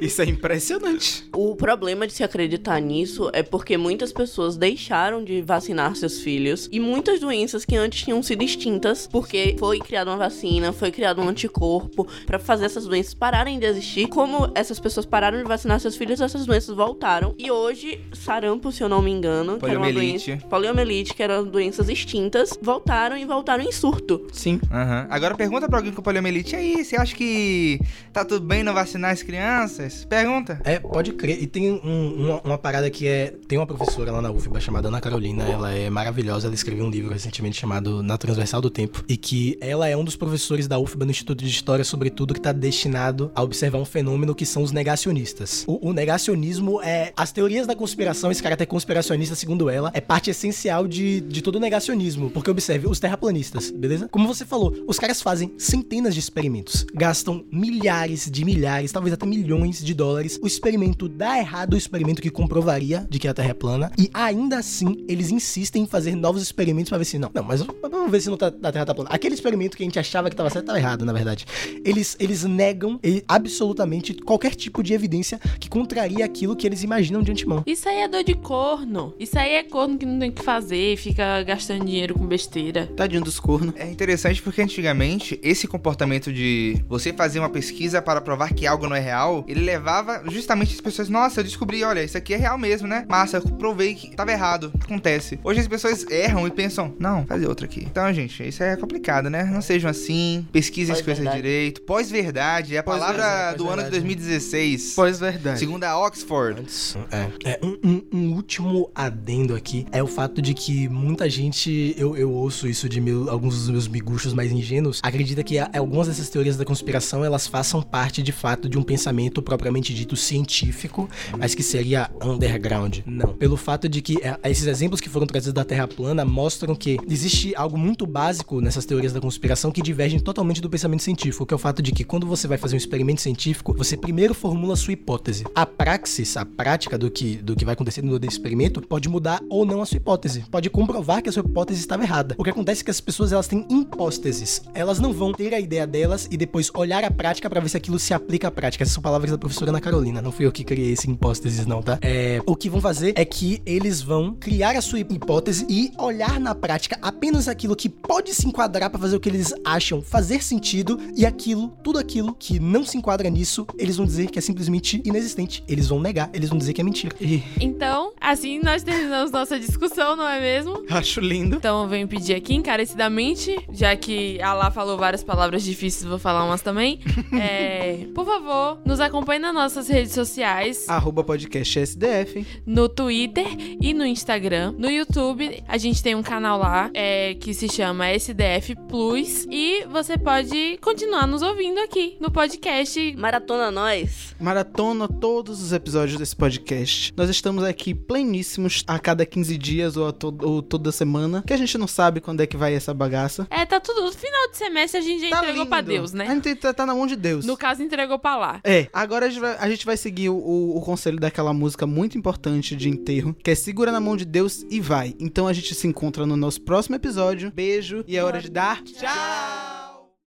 Isso é impressionante.
O problema de se acreditar nisso é porque muitas pessoas deixaram de vacinar seus filhos e muitas doenças que antes tinham sido extintas porque foi criada uma vacina, foi criado um anticorpo pra fazer essas doenças pararem de existir. Como essas pessoas pararam de vacinar seus filhos, essas doenças voltaram. E hoje, sarampo, se eu não me engano, que era uma
Poliomielite.
doença, poliomielite, que eram doenças extintas, voltaram e voltaram em surto.
Sim.
Aham. Agora pergunta pra alguém com poliomielite. E aí, você acha que tá tudo bem não vacinar as crianças? Pergunta.
É, pode crer. E tem um- uma, uma parada que é. Tem uma professora lá na UFBA chamada Ana Carolina, ela é maravilhosa, ela escreveu um livro recentemente chamado Na Transversal do Tempo, e que ela é um dos professores da UFBA no Instituto de História, sobretudo, que está destinado a observar um fenômeno que são os negacionistas. O, o negacionismo é. As teorias da conspiração, esse caráter conspiracionista, segundo ela, é parte essencial de, de todo o negacionismo. Porque observe, os terraplanistas, beleza? Como você falou, os caras fazem centenas de experimentos, gastam milhares de milhares, talvez até milhões de dólares. O experimento dá errado, o experimento que comprovaria de que a Terra é plana, e ainda assim eles insistem em fazer novos experimentos pra ver se não. Não, mas vamos ver se não tá, a Terra tá plana. Aquele experimento que a gente achava que tava certo tava errado, na verdade. Eles, eles negam eh, absolutamente qualquer tipo de evidência que contraria aquilo que eles imaginam de antemão.
Isso aí é dor de corno. Isso aí é corno que não tem o que fazer, fica gastando dinheiro com besteira.
Tadinho dos cornos.
É interessante porque antigamente esse comportamento de você fazer uma pesquisa para provar que algo não é real, ele levava justamente as pessoas, nossa, eu descobri, olha, isso aqui é real mesmo, né? Massa, eu provei que tava errado, acontece. Hoje as pessoas erram e pensam, não, fazer outra aqui. Então, gente, isso é complicado, né? Não sejam assim, pesquisem as coisas
Pós-verdade.
direito. Pós-verdade é a palavra
Pós-verdade,
do ano de
pós-verdade.
2016,
Pós-verdade.
segundo a Oxford.
É. É, um, um- um último adendo aqui é o fato de que muita gente, eu, eu ouço isso de meu- alguns dos meus miguxos mais ingênuos, acredita que a- algumas dessas teorias da conspiração elas façam parte de fato de um pensamento propriamente dito científico, mas que seria underground. Não. Pelo fato de que é, esses exemplos que foram trazidos da Terra plana mostram que existe algo muito básico nessas teorias da conspiração que divergem totalmente do pensamento científico, que é o fato de que quando você vai fazer um experimento científico, você primeiro formula a sua hipótese. A praxis, a prática do que, do que vai acontecer no experimento, pode mudar ou não a sua hipótese. Pode comprovar que a sua hipótese estava errada. O que acontece é que as pessoas elas têm hipóteses. Elas não vão ter a ideia delas e depois olhar a prática pra ver se aquilo se aplica à prática. Essas são palavras da professora Ana Carolina. Não fui eu que criei esse hipóteses, não, tá? É, o que vão fazer é que eles vão criar a sua hipótese e olhar na prática apenas aquilo que pode se enquadrar pra fazer o que eles acham fazer sentido e aquilo, tudo aquilo que não se enquadra nisso, eles vão dizer que é simplesmente inexistente. Eles vão negar, eles vão dizer que é mentira.
Então, assim nós terminamos nossa discussão, não é mesmo?
Acho lindo.
Então eu venho pedir aqui encarecidamente, já que a Lá falou várias palavras difíceis, vou falar umas também. É, por favor, nos acompanhe nas nossas redes sociais,
Arroba podcast SDF. hein?
no Twitter e no Instagram. No YouTube, a gente tem um canal lá é, que se chama SDF Plus. E você pode continuar nos ouvindo aqui no podcast.
Maratona nós.
Maratona todos os episódios desse podcast. Nós estamos aqui pleníssimos a cada 15 dias ou, a to- ou toda semana. Que a gente não sabe quando é que vai essa bagaça.
É, tá tudo. Final de semestre a gente
Tá
já entregou pra Deus,
A
né?
gente tá, tá na mão de Deus.
No caso, entregou pra lá.
É, agora a gente vai, a gente vai seguir o, o- o conselho daquela música muito importante de enterro, que é segura na mão de Deus e vai. Então a gente se encontra no nosso próximo episódio. Beijo e é hora de dar tchau.